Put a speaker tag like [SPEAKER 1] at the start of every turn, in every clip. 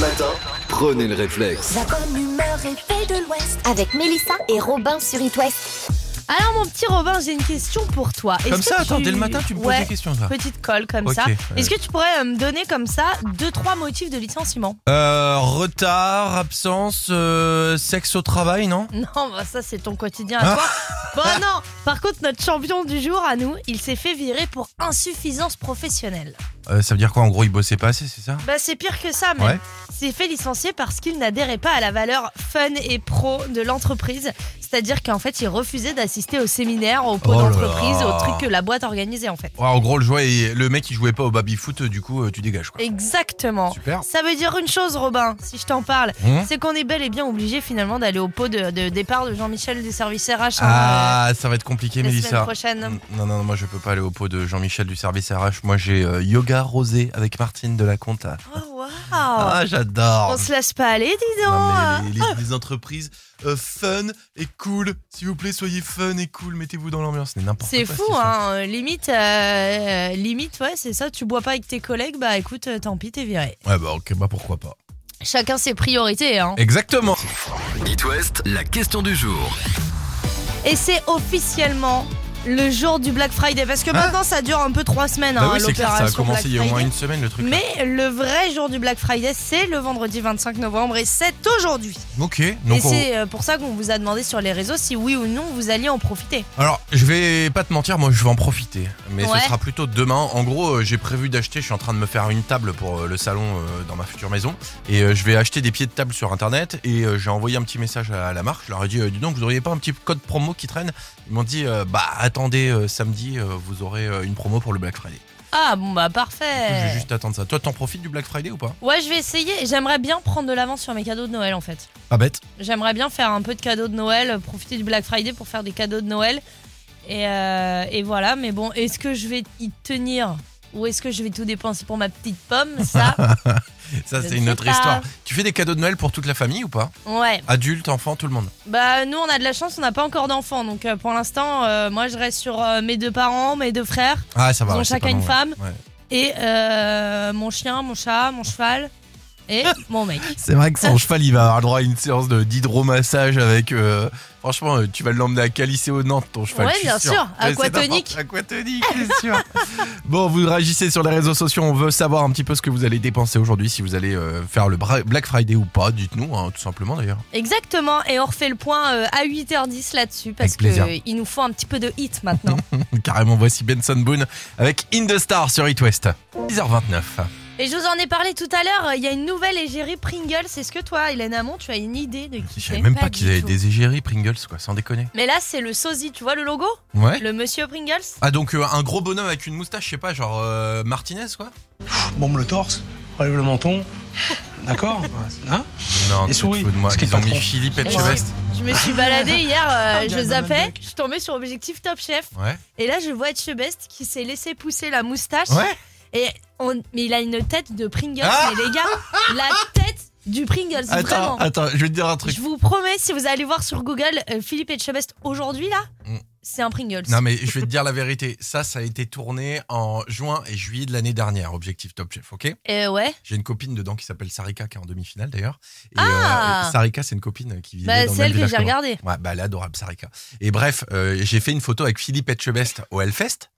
[SPEAKER 1] matin, prenez le réflexe.
[SPEAKER 2] La bonne humeur est faite de l'Ouest avec Mélissa et Robin sur It West.
[SPEAKER 3] Alors mon petit Robin, j'ai une question pour toi. Est-ce
[SPEAKER 4] Comme
[SPEAKER 3] que
[SPEAKER 4] ça, attends,
[SPEAKER 3] tu-
[SPEAKER 4] dès le matin, tu me poses
[SPEAKER 3] Ouais,
[SPEAKER 4] des questions. toi.
[SPEAKER 3] Petite colle comme
[SPEAKER 4] Ok,
[SPEAKER 3] ça.
[SPEAKER 4] ouais.
[SPEAKER 3] Est-ce que tu pourrais euh, me donner comme ça deux trois motifs de licenciement
[SPEAKER 4] Euh, retard, absence, euh, sexe au travail, non
[SPEAKER 3] Non, bah ça c'est ton quotidien
[SPEAKER 4] Ah.
[SPEAKER 3] à toi. Bon non. Par contre, notre champion du jour à nous, il s'est fait virer pour insuffisance professionnelle.
[SPEAKER 4] Euh, Ça veut dire quoi En gros, il bossait pas assez, c'est ça
[SPEAKER 3] Bah c'est pire que ça, mais
[SPEAKER 4] Ouais.
[SPEAKER 3] il s'est fait licencier parce qu'il n'adhérait pas à la valeur fun et pro de l'entreprise. C'est-à-dire qu'en fait, il refusait d'assister au séminaire, au pot
[SPEAKER 4] Oh là
[SPEAKER 3] d'entreprise,
[SPEAKER 4] là.
[SPEAKER 3] au truc que la boîte organisait en fait.
[SPEAKER 4] Ouais, En gros, le, jouet, le mec, il jouait pas au baby-foot, du coup, euh, tu dégages. Quoi.
[SPEAKER 3] Exactement. euh,
[SPEAKER 4] Super.
[SPEAKER 3] Ça veut dire une chose, Robin, si je t'en parle,
[SPEAKER 4] Hum.
[SPEAKER 3] c'est qu'on est bel et bien obligé finalement d'aller au pot de, de départ de Jean-Michel du service RH hein,
[SPEAKER 4] Ah, ça Mm. va être compliqué,
[SPEAKER 3] euh, la semaine
[SPEAKER 4] Mélissa. Mmh,
[SPEAKER 3] prochaine.
[SPEAKER 4] Non, non, non, moi je peux pas aller au pot de Jean-Michel du service RH. Moi j'ai euh, yoga rosé avec Martine de la Compta.
[SPEAKER 3] Oh waouh
[SPEAKER 4] Ah, j'adore.
[SPEAKER 3] On se laisse pas aller, dis donc. Ah.
[SPEAKER 4] Non, mais les, les- les entreprises euh, fun et cool. S'il vous plaît, soyez fun et cool. Mettez-vous dans l'ambiance. C'est n'importe
[SPEAKER 3] C'est
[SPEAKER 4] quoi,
[SPEAKER 3] fou,
[SPEAKER 4] cette histoire.
[SPEAKER 3] hein. euh, Limite, euh, limite, ouais, c'est ça. Tu bois pas avec tes collègues, bah écoute, euh, tant pis, t'es viré.
[SPEAKER 4] Ouais, bah ok, bah pourquoi pas.
[SPEAKER 3] Chacun ses priorités, hein.
[SPEAKER 4] Exactement.
[SPEAKER 1] It West, la question du jour.
[SPEAKER 3] Et c'est officiellement le jour du Black Friday, parce que maintenant ça dure un peu trois semaines,
[SPEAKER 4] Ah. bah
[SPEAKER 3] hein,
[SPEAKER 4] oui, c'est clair, ça a
[SPEAKER 3] l'opération
[SPEAKER 4] commencé
[SPEAKER 3] Black
[SPEAKER 4] il y a au moins
[SPEAKER 3] Friday.
[SPEAKER 4] une semaine le truc.
[SPEAKER 3] Mais le vrai jour du Black Friday, c'est le vendredi 25 novembre et c'est aujourd'hui.
[SPEAKER 4] Ok,
[SPEAKER 3] Et
[SPEAKER 4] donc on-
[SPEAKER 3] c'est euh, pour ça qu'on vous a demandé sur les réseaux si oui ou non vous alliez en profiter.
[SPEAKER 4] alors je vais pas te mentir, moi je vais en profiter, mais
[SPEAKER 3] Ouais.
[SPEAKER 4] ce sera plutôt demain. En gros, euh, j'ai prévu d'acheter, je suis en train de me faire une table pour euh, le salon euh, dans ma future maison, et euh, je vais acheter des pieds de table sur internet. Et euh, j'ai envoyé un petit message à la marque, je leur ai dit, euh, dis donc, vous auriez pas un petit code promo qui traîne Ils m'ont dit, euh, bah attendez, euh, samedi, euh, vous aurez euh, une promo pour le Black Friday.
[SPEAKER 3] Ah bon bah
[SPEAKER 4] Du coup, je
[SPEAKER 3] parfait.
[SPEAKER 4] vais juste attendre ça. Toi, t'en profites du Black Friday ou pas
[SPEAKER 3] Ouais, je vais essayer. J'aimerais bien prendre de l'avance sur mes cadeaux de Noël en fait.
[SPEAKER 4] Pas bête.
[SPEAKER 3] J'aimerais bien faire un peu de cadeaux de Noël, euh, profiter du Black Friday pour faire des cadeaux de Noël. Et, euh, et voilà, mais bon, est-ce que je vais y tenir ou est-ce que je vais tout dépenser pour ma petite pomme Ça,
[SPEAKER 4] Ça,
[SPEAKER 3] Je
[SPEAKER 4] c'est
[SPEAKER 3] ne
[SPEAKER 4] une
[SPEAKER 3] sais
[SPEAKER 4] autre
[SPEAKER 3] pas.
[SPEAKER 4] histoire. Tu fais des cadeaux de Noël pour toute la famille ou pas
[SPEAKER 3] ouais.
[SPEAKER 4] Adultes, enfants, tout le monde.
[SPEAKER 3] Bah nous, on a de la chance, on n'a pas encore d'enfants. Donc euh, pour l'instant, euh, moi, je reste sur euh, mes deux parents, mes deux frères.
[SPEAKER 4] Ah, ça va.
[SPEAKER 3] Ils ont
[SPEAKER 4] ouais, c'est
[SPEAKER 3] chacun
[SPEAKER 4] pas
[SPEAKER 3] une
[SPEAKER 4] mal, ouais.
[SPEAKER 3] femme.
[SPEAKER 4] Ouais.
[SPEAKER 3] et euh, mon chien, mon chat, mon cheval et mon mec.
[SPEAKER 4] C'est vrai que son cheval, il va avoir droit à une séance de- d'hydromassage avec. euh, franchement, euh, tu vas l'emmener à Caliceo Nantes, ton cheval.
[SPEAKER 3] Ouais,
[SPEAKER 4] je suis
[SPEAKER 3] bien sûr,
[SPEAKER 4] Mais c'est n'importe-
[SPEAKER 3] aquatonique.
[SPEAKER 4] Aquatonique, c'est sûr. bon, vous réagissez sur les réseaux sociaux. On veut savoir un petit peu ce que vous allez dépenser aujourd'hui, si vous allez euh, faire le Bra- Black Friday ou pas. Dites-nous, hein, tout simplement d'ailleurs.
[SPEAKER 3] Exactement, et on refait le point euh, à 8h10 là-dessus parce
[SPEAKER 4] Avec plaisir.
[SPEAKER 3] que il nous faut un petit peu de hit maintenant.
[SPEAKER 4] Carrément, voici Benson Boone avec In the Star sur It West. 10h29.
[SPEAKER 3] et je vous en ai parlé tout à l'heure, euh, il y a une nouvelle égérie Pringles. Est-ce que toi, Hélène Amon, tu as une idée de qui
[SPEAKER 4] Je
[SPEAKER 3] c'est
[SPEAKER 4] savais même pas,
[SPEAKER 3] du
[SPEAKER 4] qu'ils avaient
[SPEAKER 3] tout.
[SPEAKER 4] des égéries Pringles, quoi, sans déconner.
[SPEAKER 3] Mais là, c'est le sosie, tu vois le logo
[SPEAKER 4] Ouais.
[SPEAKER 3] Le monsieur Pringles
[SPEAKER 4] Ah, donc euh, un gros bonhomme avec une moustache, je sais pas, genre euh, Martinez, quoi
[SPEAKER 5] bombe le torse, relève le menton. D'accord Hein
[SPEAKER 4] Non,
[SPEAKER 5] Et
[SPEAKER 4] tu te
[SPEAKER 5] souris,
[SPEAKER 4] fous de moi.
[SPEAKER 5] ce qui est
[SPEAKER 4] Ils ont
[SPEAKER 5] pas
[SPEAKER 4] mis
[SPEAKER 5] trop.
[SPEAKER 4] Philippe
[SPEAKER 3] Ouais.
[SPEAKER 4] Etchebest.
[SPEAKER 3] Je me suis baladée hier, euh,
[SPEAKER 5] Ah,
[SPEAKER 3] je
[SPEAKER 5] Diane
[SPEAKER 3] zappais,
[SPEAKER 5] Manduck.
[SPEAKER 3] je suis tombée sur Objectif Top Chef
[SPEAKER 4] Ouais.
[SPEAKER 3] et là je vois Etchebest qui s'est laissé pousser la moustache.
[SPEAKER 4] Ouais.
[SPEAKER 3] Et on- mais il a une tête de Pringles,
[SPEAKER 4] Ah
[SPEAKER 3] mais les gars, la tête du Pringles,
[SPEAKER 4] Attends,
[SPEAKER 3] vraiment.
[SPEAKER 4] attends, je vais te dire un truc.
[SPEAKER 3] Je vous promets, si vous allez voir sur Google euh, Philippe Etchebest aujourd'hui là,
[SPEAKER 4] Mm.
[SPEAKER 3] c'est un Pringles.
[SPEAKER 4] Non mais je vais te dire la vérité, ça ça a été tourné en juin et juillet de l'année dernière, objectif Top Chef, ok
[SPEAKER 3] Euh, ouais.
[SPEAKER 4] J'ai une copine dedans qui s'appelle Sarika qui est en demi-finale d'ailleurs. Et,
[SPEAKER 3] Ah
[SPEAKER 4] euh, Sarika c'est une copine qui vivait
[SPEAKER 3] Bah,
[SPEAKER 4] dans le
[SPEAKER 3] c'est
[SPEAKER 4] même
[SPEAKER 3] elle que
[SPEAKER 4] village
[SPEAKER 3] j'ai
[SPEAKER 4] moi.
[SPEAKER 3] regardée.
[SPEAKER 4] Ouais, bah elle est adorable Sarika. Et bref, euh, j'ai fait une photo avec Philippe Etchebest au Hellfest.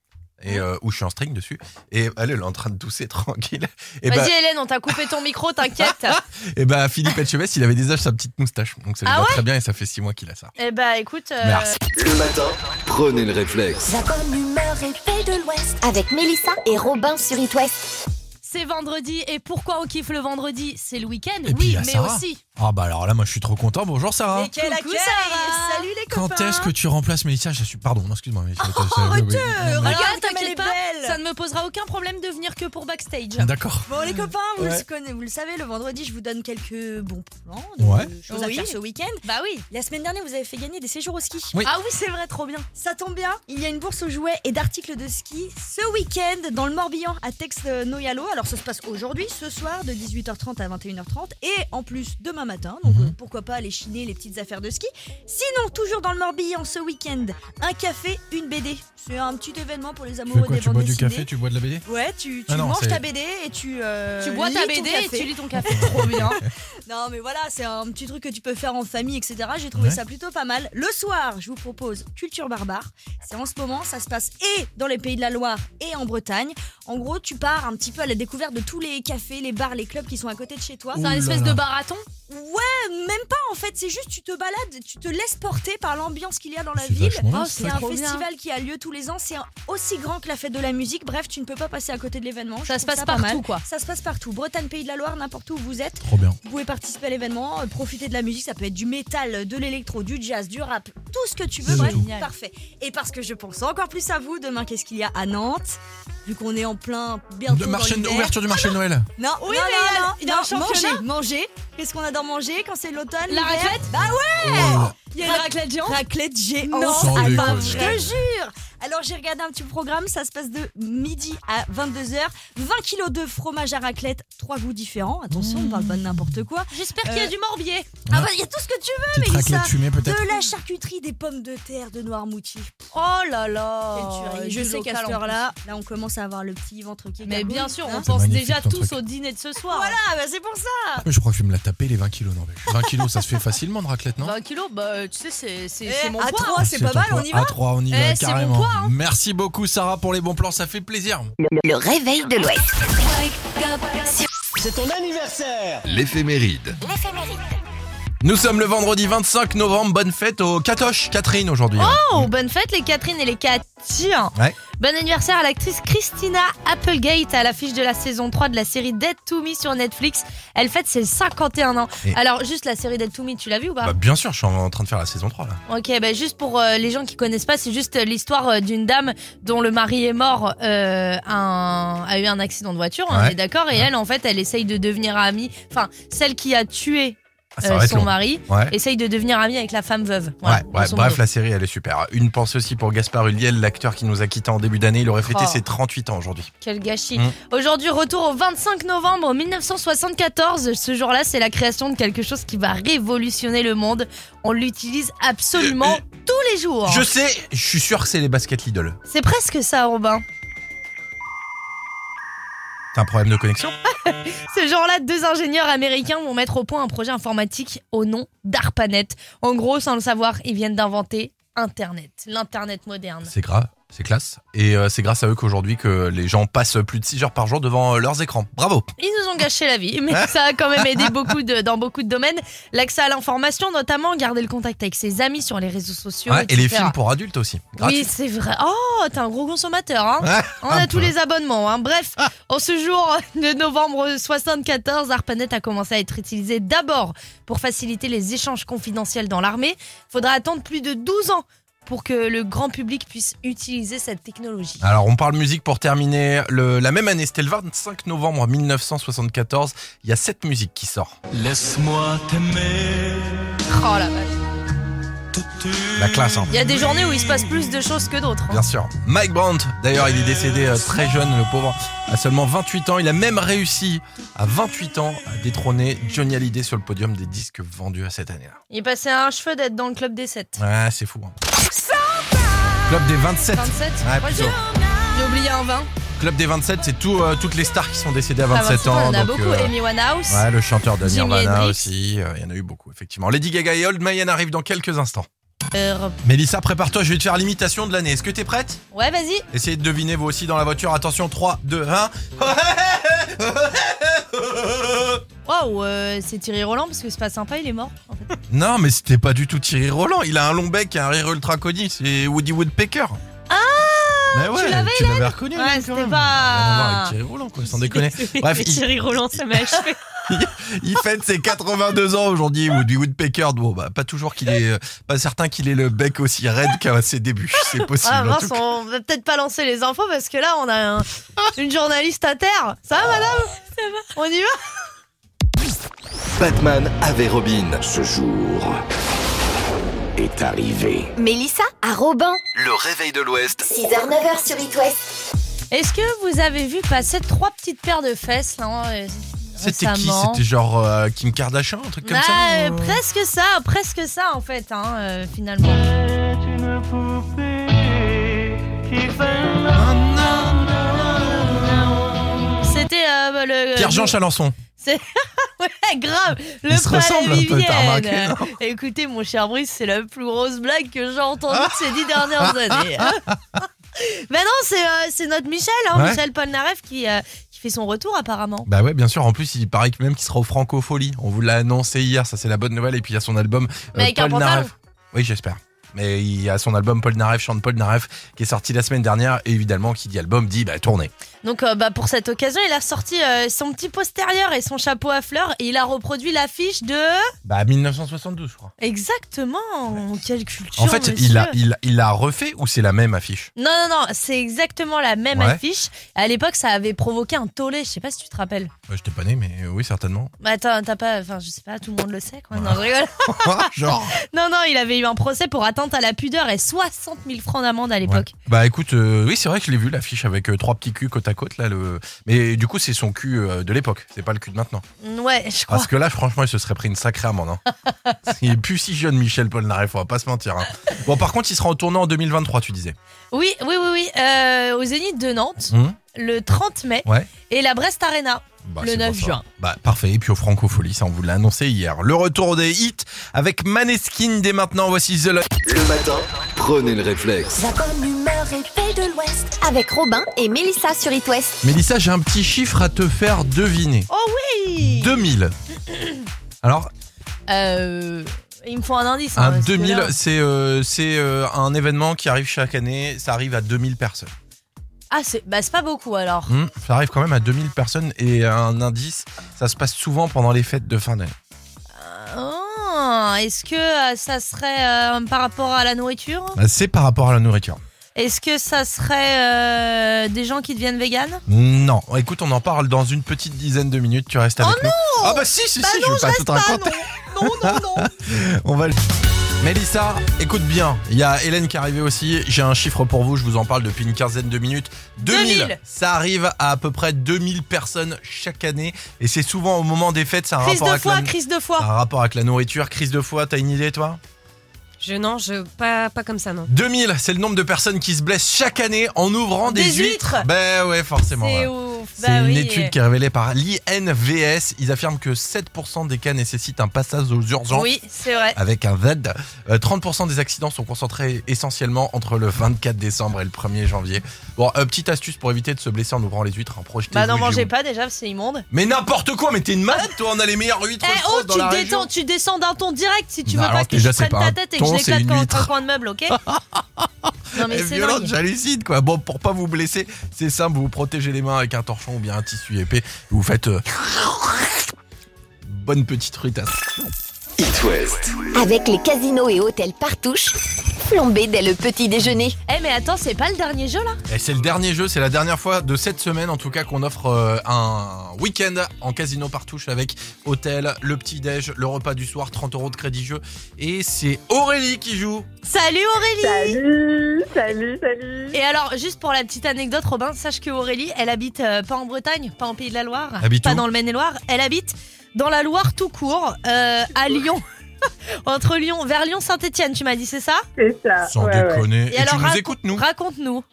[SPEAKER 3] Hein
[SPEAKER 4] Et euh, où je suis en string dessus. Et elle, elle est en train de tousser tranquille. Et bah,
[SPEAKER 3] Vas-y Hélène, on t'a coupé ton micro, t'inquiète.
[SPEAKER 6] Eh
[SPEAKER 4] et
[SPEAKER 6] ben,
[SPEAKER 4] bah Philippe Etchebest, il avait déjà sa petite moustache. Donc ça lui
[SPEAKER 3] Ah
[SPEAKER 4] va très bien et ça fait six mois qu'il a ça.
[SPEAKER 3] Eh bah écoute, euh,
[SPEAKER 4] Merci.
[SPEAKER 1] Le matin, prenez le réflexe.
[SPEAKER 2] La bonne humeur est faite de l'Ouest avec Mélissa et Robin sur It West.
[SPEAKER 3] c'est vendredi et pourquoi on kiffe le vendredi C'est le week-end,
[SPEAKER 4] Et puis, il
[SPEAKER 3] oui,
[SPEAKER 4] y a
[SPEAKER 3] mais
[SPEAKER 4] Sarah.
[SPEAKER 3] aussi.
[SPEAKER 4] Ah bah alors là, moi je suis trop content. Bonjour Sarah.
[SPEAKER 3] Mais quel accueil Salut les
[SPEAKER 4] Quand est-ce que tu remplaces Mélissa Je suis. Pardon, non, excuse-moi. mais-
[SPEAKER 7] Oh,
[SPEAKER 3] Regarde, t'inquiète pas, ça ne me posera aucun problème de venir que pour backstage.
[SPEAKER 4] D'accord.
[SPEAKER 7] Bon les copains, vous,
[SPEAKER 4] Ouais.
[SPEAKER 7] le conna- vous le savez, le vendredi je vous donne quelques bons plans, de
[SPEAKER 4] Ouais.
[SPEAKER 7] choses
[SPEAKER 3] Oui.
[SPEAKER 7] à faire ce week-end.
[SPEAKER 3] Bah oui.
[SPEAKER 7] La semaine dernière vous avez fait gagner des séjours au ski.
[SPEAKER 4] Oui.
[SPEAKER 3] Ah oui, c'est vrai, trop bien.
[SPEAKER 7] Ça tombe bien, il y a une bourse aux jouets et d'articles de ski ce week-end dans le Morbihan à Tex-Noyalo. euh, Alors ça se passe aujourd'hui, ce soir, de 18h30 à 21h30, et en plus demain matin. Donc
[SPEAKER 6] Mhm.
[SPEAKER 7] euh, pourquoi pas aller chiner les petites affaires de ski. Sinon, toujours dans le Morbihan ce week-end, un café, une BD. C'est un petit événement pour les
[SPEAKER 6] Tu
[SPEAKER 7] amoureux
[SPEAKER 6] fais quoi
[SPEAKER 7] des
[SPEAKER 6] Tu
[SPEAKER 7] bandes
[SPEAKER 6] bois du
[SPEAKER 7] dessinées.
[SPEAKER 6] café, tu bois de la BD
[SPEAKER 7] Ouais, tu, tu
[SPEAKER 6] Ah non,
[SPEAKER 7] manges
[SPEAKER 6] c'est-
[SPEAKER 7] ta BD et tu. euh,
[SPEAKER 3] Tu bois ta
[SPEAKER 7] lis ton
[SPEAKER 3] BD et
[SPEAKER 7] café.
[SPEAKER 3] tu lis ton café. Trop bien.
[SPEAKER 7] Non, mais voilà, c'est un petit truc que tu peux faire en famille, etc. J'ai trouvé
[SPEAKER 6] Ouais.
[SPEAKER 7] ça plutôt pas mal. Le soir, je vous propose Culture Barbare. C'est en ce moment, ça se passe et dans les pays de la Loire et en Bretagne. En gros, tu pars un petit peu à la découverte de tous les cafés, les bars, les clubs qui sont à côté de chez toi.
[SPEAKER 6] Ouh
[SPEAKER 3] C'est un
[SPEAKER 6] là
[SPEAKER 3] espèce
[SPEAKER 6] là.
[SPEAKER 3] de baraton.
[SPEAKER 7] Ouais, même pas en fait, c'est juste tu te balades, tu te laisses porter par l'ambiance qu'il y a dans la
[SPEAKER 6] C'est
[SPEAKER 7] ville.
[SPEAKER 6] vachement bien,
[SPEAKER 3] Oh,
[SPEAKER 6] ça.
[SPEAKER 7] C'est un
[SPEAKER 3] trop bien.
[SPEAKER 7] festival qui a lieu tous les ans, c'est un- aussi grand que la fête de la musique. Bref, tu ne peux pas passer à côté de l'événement. Je
[SPEAKER 3] Ça se
[SPEAKER 7] trouve
[SPEAKER 3] passe
[SPEAKER 7] pas mal.
[SPEAKER 3] partout, quoi.
[SPEAKER 7] Ça se passe partout. Bretagne, Pays de la Loire, n'importe où vous êtes.
[SPEAKER 6] Trop bien.
[SPEAKER 7] Vous pouvez participer à l'événement, euh, profiter de la musique, ça peut être du métal, de l'électro, du jazz, du rap, tout ce que tu veux,
[SPEAKER 6] C'est
[SPEAKER 7] bref,
[SPEAKER 6] tout.
[SPEAKER 3] Génial.
[SPEAKER 7] parfait. Et parce que je pense encore plus à vous, demain qu'est-ce qu'il y a à Nantes Vu qu'on est en plein bientôt
[SPEAKER 6] De
[SPEAKER 7] Eh,
[SPEAKER 6] marché,
[SPEAKER 7] dans l'hiver.
[SPEAKER 6] ouverture du marché de Noël.
[SPEAKER 7] Non,
[SPEAKER 3] Oui,
[SPEAKER 7] non,
[SPEAKER 3] mais il
[SPEAKER 7] non,
[SPEAKER 3] y a-
[SPEAKER 7] non,
[SPEAKER 3] il y a un
[SPEAKER 7] non,
[SPEAKER 3] championnat.
[SPEAKER 7] manger, manger. Qu'est-ce qu'on adore manger quand c'est l'automne
[SPEAKER 3] La
[SPEAKER 7] l'hiver
[SPEAKER 3] raclette
[SPEAKER 7] Bah ouais,
[SPEAKER 6] Oh,
[SPEAKER 3] Il y a une raclette géante.
[SPEAKER 7] raclette géante.
[SPEAKER 3] Non,
[SPEAKER 6] Sans
[SPEAKER 7] ah bah,
[SPEAKER 6] déconner.
[SPEAKER 7] je te jure. Alors j'ai regardé un petit programme, ça se passe de midi à 22h, 20 kilos de fromage à raclette, trois goûts différents. Attention, on parle pas de n'importe quoi.
[SPEAKER 3] J'espère qu'il y a
[SPEAKER 7] Euh,
[SPEAKER 3] du morbier.
[SPEAKER 7] Ah bah il y a tout ce que tu veux,
[SPEAKER 6] Petite
[SPEAKER 7] Mélissa.
[SPEAKER 6] raclette fumée peut-être.
[SPEAKER 7] De la charcuterie, des pommes de terre, de noirmoutier.
[SPEAKER 3] Oh là là.
[SPEAKER 7] Quelle tuerie. je
[SPEAKER 3] Du
[SPEAKER 7] sais qu'à
[SPEAKER 3] local,
[SPEAKER 7] cette
[SPEAKER 3] en
[SPEAKER 7] heure-là, là on commence à avoir le petit ventre qui
[SPEAKER 3] plus. Mais
[SPEAKER 7] gargouille,
[SPEAKER 3] bien sûr, on
[SPEAKER 7] hein.
[SPEAKER 3] pense
[SPEAKER 6] magnifique,
[SPEAKER 3] déjà
[SPEAKER 6] ton
[SPEAKER 3] tous
[SPEAKER 6] truc.
[SPEAKER 3] au dîner de ce soir.
[SPEAKER 7] Voilà, bah c'est pour ça.
[SPEAKER 6] Ah, mais je crois que je vais me la taper les 20 kilos, non mais 20 kilos, ça se fait facilement de raclette, non
[SPEAKER 3] 20 kilos, bah tu sais, c'est- c'est
[SPEAKER 7] Eh,
[SPEAKER 3] c'est mon
[SPEAKER 7] à
[SPEAKER 3] poids.
[SPEAKER 7] trois, c'est pas
[SPEAKER 6] ton
[SPEAKER 7] mal,
[SPEAKER 6] poids.
[SPEAKER 7] on y va.
[SPEAKER 6] À 3, on y va,
[SPEAKER 3] Eh, c'est mon
[SPEAKER 6] carrément.
[SPEAKER 3] poids, hein.
[SPEAKER 6] Merci beaucoup, Sarah, pour les bons plans, ça fait plaisir.
[SPEAKER 2] Le réveil de l'Ouest.
[SPEAKER 1] L'éphéméride.
[SPEAKER 4] Nous sommes le vendredi 25 novembre, bonne fête aux Katoche Catherine aujourd'hui. Mmh.
[SPEAKER 3] Oh, bonne fête les Catherine et les Cathy.
[SPEAKER 6] Ouais.
[SPEAKER 3] Bon anniversaire à l'actrice Christina Applegate à l'affiche de la saison 3 de la série Dead to Me sur Netflix. Elle fête ses 51 ans.
[SPEAKER 4] Et-
[SPEAKER 3] Alors juste la série Dead to Me, tu l'as vu ou pas
[SPEAKER 4] Bah, bien sûr, je suis en en train de faire la saison 3 là.
[SPEAKER 3] Ok, bah juste pour euh, les gens qui connaissent pas, c'est juste euh, l'histoire euh, d'une dame dont le mari est mort, euh, un- a eu un accident de voiture, hein, on
[SPEAKER 4] Ouais.
[SPEAKER 3] est d'accord, et elle en fait elle essaye de devenir amie, enfin celle qui a tué
[SPEAKER 4] Ah, ça
[SPEAKER 3] euh,
[SPEAKER 4] va être
[SPEAKER 3] son
[SPEAKER 4] long.
[SPEAKER 3] mari,
[SPEAKER 4] Ouais.
[SPEAKER 3] essaye de devenir amie avec la femme veuve. Voilà,
[SPEAKER 4] Ouais, ouais,
[SPEAKER 3] grosso modo.
[SPEAKER 4] bref, la série, elle est super. Une pensée aussi pour Gaspard Ulliel, l'acteur qui nous a quittés en début d'année. Il aurait fêté
[SPEAKER 3] Oh.
[SPEAKER 4] ses 38 ans aujourd'hui.
[SPEAKER 3] Quel gâchis.
[SPEAKER 4] Mm.
[SPEAKER 3] Aujourd'hui, retour au 25 novembre 1974. Ce jour-là, c'est la création de quelque chose qui va révolutionner le monde. On l'utilise absolument tous les jours.
[SPEAKER 4] Euh, Je sais, je suis sûr que c'est les baskets Lidl.
[SPEAKER 3] C'est presque ça, Robin.
[SPEAKER 4] T'as un problème de connexion
[SPEAKER 3] Ce jour-là, deux ingénieurs américains vont mettre au point un projet informatique au nom d'ARPANET. En gros, sans le savoir, ils viennent d'inventer Internet, l'Internet moderne.
[SPEAKER 4] C'est grave, c'est classe. Et euh, c'est grâce à eux qu'aujourd'hui que les gens passent plus de 6 heures par jour devant euh, leurs écrans. Bravo
[SPEAKER 3] Ils nous ont gâché la vie, mais ça a quand même aidé beaucoup de- dans beaucoup de domaines. L'accès à l'information, notamment, garder le contact avec ses amis sur les réseaux sociaux.
[SPEAKER 4] Ouais, Et les
[SPEAKER 3] etc.
[SPEAKER 4] films pour adultes aussi. Gratuit.
[SPEAKER 3] Oui, c'est vrai. Oh, t'es un gros consommateur, hein
[SPEAKER 4] Ouais, Ah, bah.
[SPEAKER 3] On
[SPEAKER 4] un
[SPEAKER 3] a
[SPEAKER 4] peu.
[SPEAKER 3] tous les abonnements, hein. Bref, en ce jour de novembre 74, ARPANET a commencé à être utilisé d'abord pour faciliter les échanges confidentiels dans l'armée. Faudra attendre plus de 12 ans pour que le grand public puisse utiliser cette technologie.
[SPEAKER 4] Alors, on parle musique pour terminer. Le- la même année, c'était le 25 novembre 1974. Il y a cette musique qui sort.
[SPEAKER 8] Laisse-moi t'aimer
[SPEAKER 3] Oh la vache.
[SPEAKER 8] toute
[SPEAKER 4] La classe, hein.
[SPEAKER 3] Il y a des journées où il se passe plus de choses que d'autres. hein.
[SPEAKER 4] Bien sûr. Mike Brandt, d'ailleurs, il est décédé euh, très jeune, le pauvre, à seulement 28 ans. Il a même réussi, à 28 ans, à détrôner Johnny Hallyday sur le podium des disques vendus à cette année-là.
[SPEAKER 3] Il passait à un cheveu d'être dans le club des 7.
[SPEAKER 4] Ouais, c'est fou. hein. Club des 27.
[SPEAKER 3] 27
[SPEAKER 4] Ouais,
[SPEAKER 3] Moi,
[SPEAKER 4] plutôt.
[SPEAKER 3] J'ai oublié un 20.
[SPEAKER 4] Club des 27, c'est tout, euh, toutes les stars qui sont décédées à
[SPEAKER 3] Enfin,
[SPEAKER 4] 27
[SPEAKER 3] ans,
[SPEAKER 4] ans.
[SPEAKER 3] il y en a
[SPEAKER 4] donc,
[SPEAKER 3] beaucoup.
[SPEAKER 4] euh,
[SPEAKER 3] Amy Winehouse.
[SPEAKER 4] Ouais, le chanteur de
[SPEAKER 3] Jimi
[SPEAKER 4] Nirvana
[SPEAKER 3] Hendrix.
[SPEAKER 4] aussi, euh, il y en a eu beaucoup, effectivement. Lady Gaga et Old Mayan arrivent dans quelques instants.
[SPEAKER 3] Euh,
[SPEAKER 4] Mélissa, prépare-toi, je vais te faire l'imitation de l'année. Est-ce que t'es prête
[SPEAKER 3] ouais, vas-y.
[SPEAKER 4] Essayez de deviner vous aussi dans la voiture. Attention, 3, 2, 1.
[SPEAKER 3] Waouh, euh, c'est Thierry Roland parce que c'est pas sympa, il est mort. En fait.
[SPEAKER 4] Non, mais c'était pas du tout Thierry Roland. Il a un long bec et un rire ultra connu. C'est Woody Woodpecker.
[SPEAKER 3] Ah
[SPEAKER 4] Mais ouais,
[SPEAKER 3] l'avais,
[SPEAKER 4] tu l'avais reconnu.
[SPEAKER 3] Ouais,
[SPEAKER 4] lui, quand
[SPEAKER 3] c'était
[SPEAKER 4] même.
[SPEAKER 3] pas-
[SPEAKER 4] Rien à voir avec Thierry Roland, quoi, Ah, sans déconner. Bref, il-
[SPEAKER 3] Thierry Roland, ça m'a achevé.
[SPEAKER 4] Il fête ses 82 ans aujourd'hui, Woody Woodpecker. Bon, bah, pas toujours qu'il est, euh, pas certain qu'il ait le bec aussi raide qu'à ses débuts. C'est possible.
[SPEAKER 3] Ah,
[SPEAKER 4] en
[SPEAKER 3] mince,
[SPEAKER 4] Bah, tout cas.
[SPEAKER 3] on va peut-être pas lancer les infos parce que là, on a un- une journaliste à terre. Ça
[SPEAKER 4] Ah.
[SPEAKER 3] va, madame Ça va. On y va
[SPEAKER 1] Batman avec Robin.
[SPEAKER 9] Ce jour est arrivé.
[SPEAKER 2] Mélissa à Robin.
[SPEAKER 1] Le réveil de l'Ouest.
[SPEAKER 2] 6h, 9h sur It West.
[SPEAKER 3] Est-ce que vous avez vu passer trois petites paires de fesses là euh,
[SPEAKER 4] C'était qui
[SPEAKER 3] récemment
[SPEAKER 4] C'était genre euh, Kim Kardashian, un truc comme ça
[SPEAKER 3] Ah, euh,
[SPEAKER 4] ou-
[SPEAKER 3] Presque ça, presque ça en fait, hein, euh, finalement. C'était euh, le.
[SPEAKER 4] Pierre-Jean Chalençon.
[SPEAKER 3] Ouais, grave Le
[SPEAKER 4] Ils se
[SPEAKER 3] palais
[SPEAKER 4] ressemblent un peu, t'as remarqué,
[SPEAKER 3] Vivienne. Écoutez, mon cher Brice, c'est la plus grosse blague que j'ai entendue ces dix dernières années. Mais non, c'est euh, c'est notre Michel, hein,
[SPEAKER 4] Ouais.
[SPEAKER 3] Michel Polnareff, qui, euh, qui fait son retour apparemment.
[SPEAKER 4] Bah ouais, bien sûr. En plus, il paraît que même qu'il sera au Francofolie. On vous l'a annoncé hier, ça c'est la bonne nouvelle. Et puis il y a son album. euh,
[SPEAKER 3] Mais avec un
[SPEAKER 4] Paul
[SPEAKER 3] pantalon.
[SPEAKER 4] Naref. Oui, j'espère. Mais il y a son album Paul Naref, chante Paul Naref, qui est sorti la semaine dernière. Et évidemment, qui dit album dit bah tournée.
[SPEAKER 3] Donc, euh, bah, pour cette occasion, il a sorti euh, son petit postérieur et son chapeau à fleurs et il a reproduit l'affiche de.
[SPEAKER 4] Bah 1972, je crois.
[SPEAKER 3] Exactement Quelle culture
[SPEAKER 4] En fait, il
[SPEAKER 3] monsieur.
[SPEAKER 4] l'a il, il l'a refait ou c'est la même affiche
[SPEAKER 3] Non, non, non, c'est exactement la même
[SPEAKER 4] Ouais.
[SPEAKER 3] affiche. À l'époque, ça avait provoqué un tollé, je sais pas si tu te rappelles.
[SPEAKER 4] Je t'ai Euh, pas né, mais oui, certainement.
[SPEAKER 3] Bah, attends, t'as pas. Enfin, je sais pas, tout le monde le sait, quoi. Non, je rigole.
[SPEAKER 4] Ah, genre.
[SPEAKER 3] Non, non, il avait eu un procès pour atteinte à la pudeur et 60 000 francs d'amende à l'époque.
[SPEAKER 4] Bah écoute, euh, oui, c'est vrai que je l'ai vu l'affiche avec euh, trois petits culs côte à côte là. Le... Mais du coup, c'est son cul euh, de l'époque. C'est pas le cul de maintenant.
[SPEAKER 3] Ouais, je crois.
[SPEAKER 4] Parce que là, franchement, il se serait pris une sacrée amende. hein. il est plus si jeune, Michel Polnareff, on va pas se mentir. hein. Bon, par contre, il sera en tournant en 2023, tu disais.
[SPEAKER 3] Oui, oui, oui, oui. euh, au Zénith de Nantes,
[SPEAKER 4] Hum,
[SPEAKER 3] le 30 mai,
[SPEAKER 4] ouais.
[SPEAKER 3] et la Brest Arena.
[SPEAKER 4] Bah,
[SPEAKER 3] Le
[SPEAKER 4] c'est
[SPEAKER 3] 9
[SPEAKER 4] pour ça.
[SPEAKER 3] juin.
[SPEAKER 4] Bah, parfait. Et puis au Francofolie, ça, on vous l'a annoncé hier. Le retour des hits avec Maneskin dès maintenant. Voici The Lo-
[SPEAKER 1] Le matin, prenez le réflexe.
[SPEAKER 2] La bonne humeur et paix de l'Ouest avec Robin et Mélissa sur It West.
[SPEAKER 4] Mélissa, j'ai un petit chiffre à te faire deviner.
[SPEAKER 3] Oh oui
[SPEAKER 4] 2000. Alors,
[SPEAKER 3] Euh, Il me faut un indice. hein,
[SPEAKER 4] un
[SPEAKER 3] parce que
[SPEAKER 4] 2000,
[SPEAKER 3] là-
[SPEAKER 4] c'est euh, c'est, euh, un événement qui arrive chaque année. Ça arrive à 2000 personnes.
[SPEAKER 3] Ah, c'est bah, c'est pas beaucoup alors.
[SPEAKER 4] Hmm, ça arrive quand même à 2000 personnes et un indice, ça se passe souvent pendant les fêtes de fin d'année. Hum.
[SPEAKER 3] Ah, Est-ce que euh, ça serait euh, par rapport à la nourriture
[SPEAKER 4] Bah, C'est par rapport à la nourriture.
[SPEAKER 3] Est-ce que ça serait euh, des gens qui deviennent véganes
[SPEAKER 4] Non, écoute, on en parle dans une petite dizaine de minutes, tu restes
[SPEAKER 3] Oh
[SPEAKER 4] avec nous. Ah bah si, si,
[SPEAKER 3] Bah
[SPEAKER 4] si,
[SPEAKER 3] non,
[SPEAKER 4] je veux pas tout te raconter.
[SPEAKER 3] non, non, non, non.
[SPEAKER 4] On va le... Mélissa, écoute bien, il y a Hélène qui est arrivée aussi, j'ai un chiffre pour vous, je vous en parle depuis une quinzaine de minutes. 2000,
[SPEAKER 3] 2000.
[SPEAKER 4] Ça arrive à à peu près 2000 personnes chaque année et c'est souvent au moment des fêtes, ça a un
[SPEAKER 3] Crise
[SPEAKER 4] rapport
[SPEAKER 3] de
[SPEAKER 4] avec la...
[SPEAKER 3] foie, crise de
[SPEAKER 4] ça a
[SPEAKER 3] foie.
[SPEAKER 4] un rapport avec la nourriture, crise de foie, t'as une idée toi
[SPEAKER 10] Je non, je pas pas comme ça non.
[SPEAKER 4] 2000, c'est le nombre de personnes qui se blessent chaque année en ouvrant des,
[SPEAKER 3] Des huîtres.
[SPEAKER 4] Ben ouais, forcément.
[SPEAKER 3] C'est
[SPEAKER 4] ouais.
[SPEAKER 3] ouf.
[SPEAKER 4] C'est
[SPEAKER 3] Bah
[SPEAKER 4] une
[SPEAKER 3] oui.
[SPEAKER 4] étude qui est révélée par l'INVS. Ils affirment que 7% des cas nécessitent un passage aux urgences
[SPEAKER 3] Oui, c'est vrai.
[SPEAKER 4] avec un VED. Euh, 30% des accidents sont concentrés essentiellement entre le 24 décembre et le 1er janvier. Bon, euh, petite astuce pour éviter de se blesser en ouvrant les huîtres, hein, en projetant.
[SPEAKER 3] Bah n'en mangez pas déjà, c'est immonde.
[SPEAKER 4] Mais n'importe quoi, mais t'es une malade, toi, on a les meilleures huîtres.
[SPEAKER 3] Eh
[SPEAKER 4] je
[SPEAKER 3] oh,
[SPEAKER 4] trouve, dans
[SPEAKER 3] tu
[SPEAKER 4] la région.
[SPEAKER 3] détends, tu descends d'un ton direct si tu
[SPEAKER 4] Non,
[SPEAKER 3] veux
[SPEAKER 4] Bah, alors
[SPEAKER 3] pas que
[SPEAKER 4] déjà,
[SPEAKER 3] je
[SPEAKER 4] c'est
[SPEAKER 3] prenne
[SPEAKER 4] pas un
[SPEAKER 3] ta tête et que je
[SPEAKER 4] ton, c'est
[SPEAKER 3] l'éclate
[SPEAKER 4] une
[SPEAKER 3] contre un
[SPEAKER 4] huître.
[SPEAKER 3] coin de meuble, ok Non mais
[SPEAKER 4] Elle est
[SPEAKER 3] c'est
[SPEAKER 4] Eh, violente,
[SPEAKER 3] dingue.
[SPEAKER 4] j'hallucine quoi. Bon, pour pas vous blesser, c'est simple, vous vous protégez les mains avec un torchon ou bien un tissu épais. Vous faites euh, bonne petite rutasse.
[SPEAKER 1] It West.
[SPEAKER 2] Avec les casinos et hôtels partouche, plombés dès le petit déjeuner.
[SPEAKER 3] Eh mais attends, c'est pas le dernier jeu là
[SPEAKER 4] Et c'est le dernier jeu, c'est la dernière fois de cette semaine en tout cas qu'on offre euh, un week-end en casino par touche avec hôtel, le petit déj, le repas du soir, 30 euros de crédit jeu. Et c'est Aurélie qui joue.
[SPEAKER 3] Salut Aurélie
[SPEAKER 10] Salut, salut, salut.
[SPEAKER 3] Et alors, juste pour la petite anecdote, Robin, sache que Aurélie, elle habite euh, pas en Bretagne, pas en Pays de la Loire,
[SPEAKER 4] Habite
[SPEAKER 3] pas
[SPEAKER 4] où
[SPEAKER 3] dans le Maine-et-Loire, elle habite dans la Loire tout court, euh, à Lyon. Entre Lyon, vers Lyon Saint-Étienne, tu m'as dit, c'est ça
[SPEAKER 10] C'est ça.
[SPEAKER 4] Sans
[SPEAKER 10] Ah, ouais, ouais.
[SPEAKER 4] déconner.
[SPEAKER 3] Et
[SPEAKER 4] Et,
[SPEAKER 3] alors,
[SPEAKER 4] tu nous
[SPEAKER 3] raconte-
[SPEAKER 4] écoutes nous
[SPEAKER 3] Raconte-nous.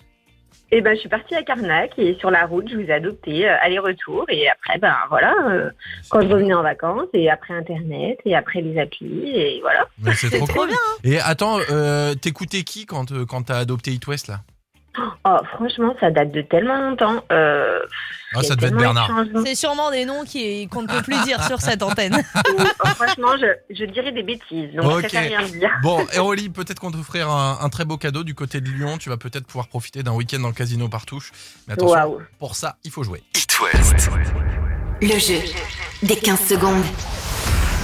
[SPEAKER 10] Et ben je suis partie à Carnac et sur la route je vous ai adopté euh, aller-retour et après ben voilà euh, quand je revenais en vacances et après internet et après les applis et voilà.
[SPEAKER 4] Mais c'est trop,
[SPEAKER 3] trop
[SPEAKER 4] cool.
[SPEAKER 3] bien, hein.
[SPEAKER 4] Et attends, euh, t'écoutais qui quand, euh, quand t'as adopté It West là Ah,
[SPEAKER 10] Oh franchement ça date de tellement longtemps. Euh,
[SPEAKER 4] Ah,
[SPEAKER 10] il y a
[SPEAKER 4] ça devait être
[SPEAKER 10] tellement eu de
[SPEAKER 4] Bernard.
[SPEAKER 10] changements.
[SPEAKER 3] C'est sûrement des noms qui- qu'on ne peut plus dire sur cette antenne.
[SPEAKER 10] Oh, franchement je, je dirais des bêtises donc
[SPEAKER 4] Ok.
[SPEAKER 10] je préfère rien dire.
[SPEAKER 4] Bon, Aurélie, peut-être qu'on t'offrira un, un très beau cadeau du côté de Lyon. Tu vas peut-être pouvoir profiter d'un week-end en casino par touche. Mais attention,
[SPEAKER 10] Waouh.
[SPEAKER 4] pour ça, il faut jouer.
[SPEAKER 1] It West.
[SPEAKER 2] Le jeu des 15 secondes.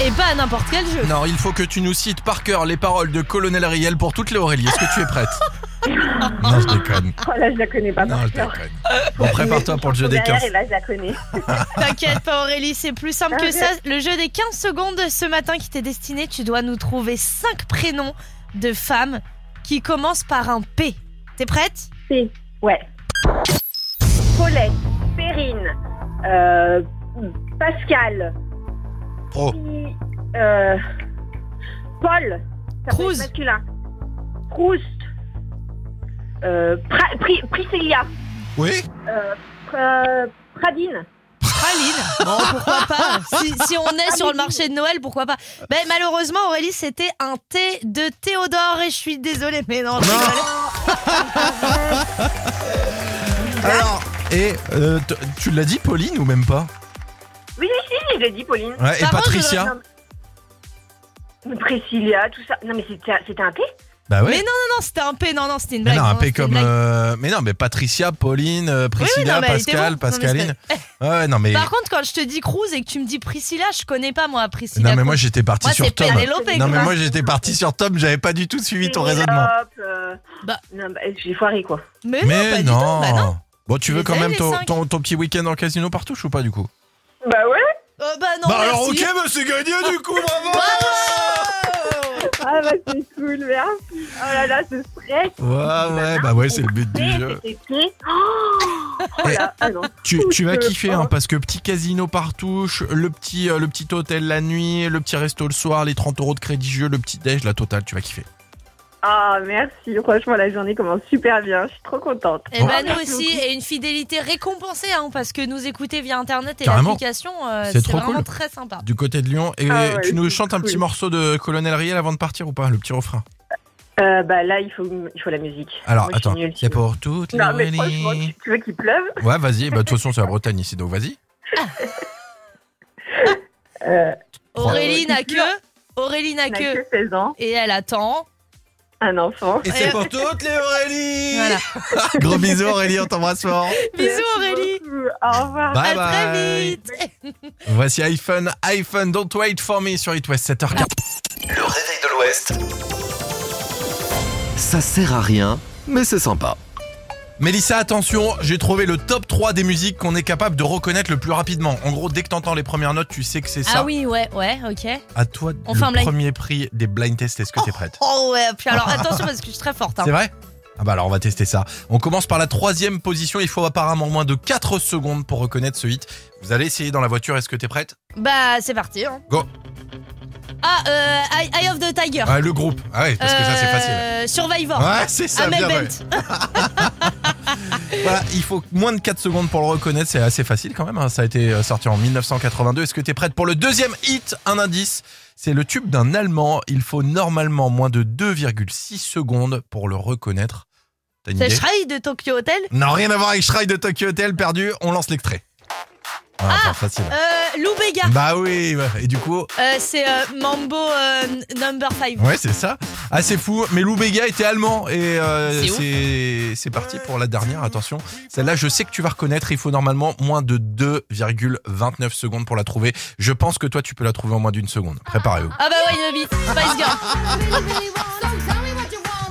[SPEAKER 3] Et pas à n'importe quel jeu.
[SPEAKER 4] Non, il faut que tu nous cites par cœur les paroles de Colonel Riel pour toutes les Aurélie. Est-ce que tu es prête Non, je déconne.
[SPEAKER 10] Oh là je la connais pas
[SPEAKER 4] Non,
[SPEAKER 10] par
[SPEAKER 4] je
[SPEAKER 10] cœur.
[SPEAKER 4] déconne. Bon, prépare-toi pour le jeu des
[SPEAKER 10] Derrière,
[SPEAKER 4] 15.
[SPEAKER 10] Et là je la connais.
[SPEAKER 3] T'inquiète pas Aurélie, c'est plus simple que ça. Le jeu des 15 secondes ce matin qui t'est destiné, tu dois nous trouver 5 prénoms de femmes qui commencent par un P. T'es prête
[SPEAKER 10] Ouais. Colette, Perrine, euh, Pascal,
[SPEAKER 4] Pro.
[SPEAKER 10] Pi- euh, Paul, ça peut être
[SPEAKER 3] Cruz.
[SPEAKER 10] masculin. Proust, euh, Pra- Pri- Priscilla,
[SPEAKER 4] Oui
[SPEAKER 10] euh, Pra- Pradine.
[SPEAKER 3] Praline. Bon, pourquoi pas si, si on est sur le marché de Noël, pourquoi pas ben, Malheureusement, Aurélie, c'était un thé de Théodore et je suis désolée, mais non, je rigole.
[SPEAKER 4] Alors, et euh, t- tu l'as dit Pauline ou même pas
[SPEAKER 10] Oui, oui, si, j'ai dit Pauline.
[SPEAKER 4] Ouais, Et
[SPEAKER 3] Par contre,
[SPEAKER 4] Patricia
[SPEAKER 10] Non, mais Priscilla, tout ça. Non, mais c'était c'était un thé
[SPEAKER 4] Bah
[SPEAKER 3] Mais
[SPEAKER 4] oui.
[SPEAKER 3] non, non, non, c'était un P, non, non, c'était une
[SPEAKER 4] Mais
[SPEAKER 3] blague.
[SPEAKER 4] non, un
[SPEAKER 3] c'était
[SPEAKER 4] P
[SPEAKER 3] une
[SPEAKER 4] comme.
[SPEAKER 3] blague.
[SPEAKER 4] euh, mais non, mais Patricia, Pauline, euh,
[SPEAKER 3] oui,
[SPEAKER 4] Priscilla,
[SPEAKER 3] non, mais elle était
[SPEAKER 4] Pascal,
[SPEAKER 3] bon. Non, mais c'est
[SPEAKER 4] Pascaline. Ouais, non, mais.
[SPEAKER 3] Par contre, quand je te dis Cruz et que tu me dis Priscilla, je connais pas moi Priscilla.
[SPEAKER 4] Non, mais moi
[SPEAKER 3] Cruz.
[SPEAKER 4] j'étais parti
[SPEAKER 3] Moi,
[SPEAKER 4] sur
[SPEAKER 3] c'est
[SPEAKER 4] Tom.
[SPEAKER 3] Penelope,
[SPEAKER 4] Non, mais
[SPEAKER 3] quoi.
[SPEAKER 4] moi j'étais parti sur Tom, j'avais pas du tout suivi ton raisonnement.
[SPEAKER 10] Pénélope, euh,
[SPEAKER 3] Bah.
[SPEAKER 10] Non, bah, j'ai foiré, quoi.
[SPEAKER 3] mais, non,
[SPEAKER 4] Mais
[SPEAKER 3] pas du tout. bah non.
[SPEAKER 4] non Bon,
[SPEAKER 3] Je
[SPEAKER 4] tu veux
[SPEAKER 3] les
[SPEAKER 4] quand
[SPEAKER 3] ai,
[SPEAKER 4] même
[SPEAKER 3] les
[SPEAKER 4] ton,
[SPEAKER 3] cinq.
[SPEAKER 4] ton, ton petit week-end en casino partouche ou pas du coup
[SPEAKER 10] Bah ouais,
[SPEAKER 3] Euh, bah non.
[SPEAKER 4] Bah alors ok,
[SPEAKER 3] merci.
[SPEAKER 4] bah c'est gagné du coup, bravo
[SPEAKER 10] ah bah c'est cool, merci. Oh là là, ce stress.
[SPEAKER 4] Ouais, ouais, bah ouais, c'est le but du
[SPEAKER 10] Mais
[SPEAKER 4] jeu.
[SPEAKER 10] c'était qui Oh, Oh là, ah non.
[SPEAKER 4] Tu, tu vas
[SPEAKER 10] Je-
[SPEAKER 4] kiffer hein, parce que petit casino partouche, le petit, euh, le petit hôtel la nuit, le petit resto le soir, les 30 euros de crédit jeu, le petit déj, la totale, tu vas kiffer.
[SPEAKER 10] Ah merci, franchement la journée commence super bien, je suis trop contente.
[SPEAKER 3] Et bah nous aussi, et une fidélité récompensée, hein, parce que nous écouter via internet et
[SPEAKER 4] Carrément.
[SPEAKER 3] l'application, euh,
[SPEAKER 4] C'est
[SPEAKER 3] c'est
[SPEAKER 4] trop
[SPEAKER 3] vraiment
[SPEAKER 4] cool.
[SPEAKER 3] très sympa.
[SPEAKER 4] Du côté de Lyon, et
[SPEAKER 10] Ah ouais,
[SPEAKER 4] tu nous
[SPEAKER 10] c'est
[SPEAKER 4] chantes un petit
[SPEAKER 10] cool.
[SPEAKER 4] morceau de Colonel Riel avant de partir ou pas, le petit refrain
[SPEAKER 10] Euh, bah là, il faut, il faut la musique.
[SPEAKER 4] Alors
[SPEAKER 10] Moi, je suis
[SPEAKER 4] attends,
[SPEAKER 10] nulle.
[SPEAKER 4] c'est pour toutes les
[SPEAKER 10] Non mais
[SPEAKER 4] Aurélie.
[SPEAKER 10] franchement, tu, tu veux qu'il pleuve
[SPEAKER 4] Ouais, vas-y, bah, de toute façon, c'est la Bretagne ici, donc vas-y.
[SPEAKER 10] euh,
[SPEAKER 3] Aurélie n'a
[SPEAKER 10] Qui
[SPEAKER 3] que, Aurélie n'a
[SPEAKER 10] Elle n'a
[SPEAKER 3] que,
[SPEAKER 10] que 16 ans,
[SPEAKER 3] et elle attend.
[SPEAKER 10] un enfant.
[SPEAKER 4] Et c'est pour toutes les Aurélie
[SPEAKER 3] Voilà.
[SPEAKER 4] Gros bisous Aurélie, on t'embrasse fort.
[SPEAKER 3] Bisous
[SPEAKER 10] Merci
[SPEAKER 3] Aurélie.
[SPEAKER 10] beaucoup. Au revoir.
[SPEAKER 4] Bye
[SPEAKER 3] à
[SPEAKER 4] bye.
[SPEAKER 3] très vite.
[SPEAKER 4] Voici iPhone, iPhone, don't wait for me sur It West 7h04.
[SPEAKER 1] Le réveil de l'Ouest. Ça sert à rien, mais c'est sympa.
[SPEAKER 4] Mélissa, attention, j'ai trouvé le top 3 des musiques qu'on est capable de reconnaître le plus rapidement. En gros, dès que t'entends les premières notes, tu sais que c'est ça.
[SPEAKER 3] Ah oui, ouais, ouais, ok.
[SPEAKER 4] À toi,
[SPEAKER 3] On fait un
[SPEAKER 4] le
[SPEAKER 3] blind.
[SPEAKER 4] premier prix des blind tests, est-ce que t'es prête
[SPEAKER 3] Oh ouais, puis alors attention parce que je suis très forte. hein.
[SPEAKER 4] C'est vrai Ah bah alors on va tester ça. On commence par la troisième position, il faut apparemment moins de 4 secondes pour reconnaître ce hit. Vous allez essayer dans la voiture, est-ce que t'es prête
[SPEAKER 3] Bah c'est parti. hein.
[SPEAKER 4] Go.
[SPEAKER 3] Ah, euh, Eye Eye of the Tiger.
[SPEAKER 4] Ah le groupe, ah ouais, parce que ça c'est
[SPEAKER 3] Euh, Ben
[SPEAKER 4] facile.
[SPEAKER 3] Survivor.
[SPEAKER 4] Ouais, c'est ça,
[SPEAKER 3] Amel
[SPEAKER 4] bien
[SPEAKER 3] Bent.
[SPEAKER 4] joué. Voilà, il faut moins de 4 secondes pour le reconnaître, c'est assez facile quand même. hein. Ça a été euh, sorti en 1982. Est-ce que t'es prête pour le deuxième hit Un indice, c'est le tube d'un Allemand. Il faut normalement moins de 2,6 secondes pour le reconnaître. T'as une
[SPEAKER 3] C'est
[SPEAKER 4] idée
[SPEAKER 3] Shrey de Tokyo Hotel.
[SPEAKER 4] Non, rien à voir avec Shrike de Tokyo Hotel, perdu. On lance l'extrait. Ah, pas facile.
[SPEAKER 3] Euh, Lou Bega.
[SPEAKER 4] Bah oui, ouais. et du coup,
[SPEAKER 3] Euh, c'est euh, Mambo euh, Number 5.
[SPEAKER 4] ouais, c'est ça. Ah, c'est fou, mais Lou Béga était allemand. Et euh,
[SPEAKER 3] C'est ouf.
[SPEAKER 4] c'est c'est parti pour la dernière, attention. Celle-là, je sais que tu vas reconnaître. Il faut normalement moins de 2,29 secondes pour la trouver. Je pense que toi, tu peux la trouver en moins d'une seconde. Préparez-vous.
[SPEAKER 3] Ah bah ouais, il habite Spice Girl.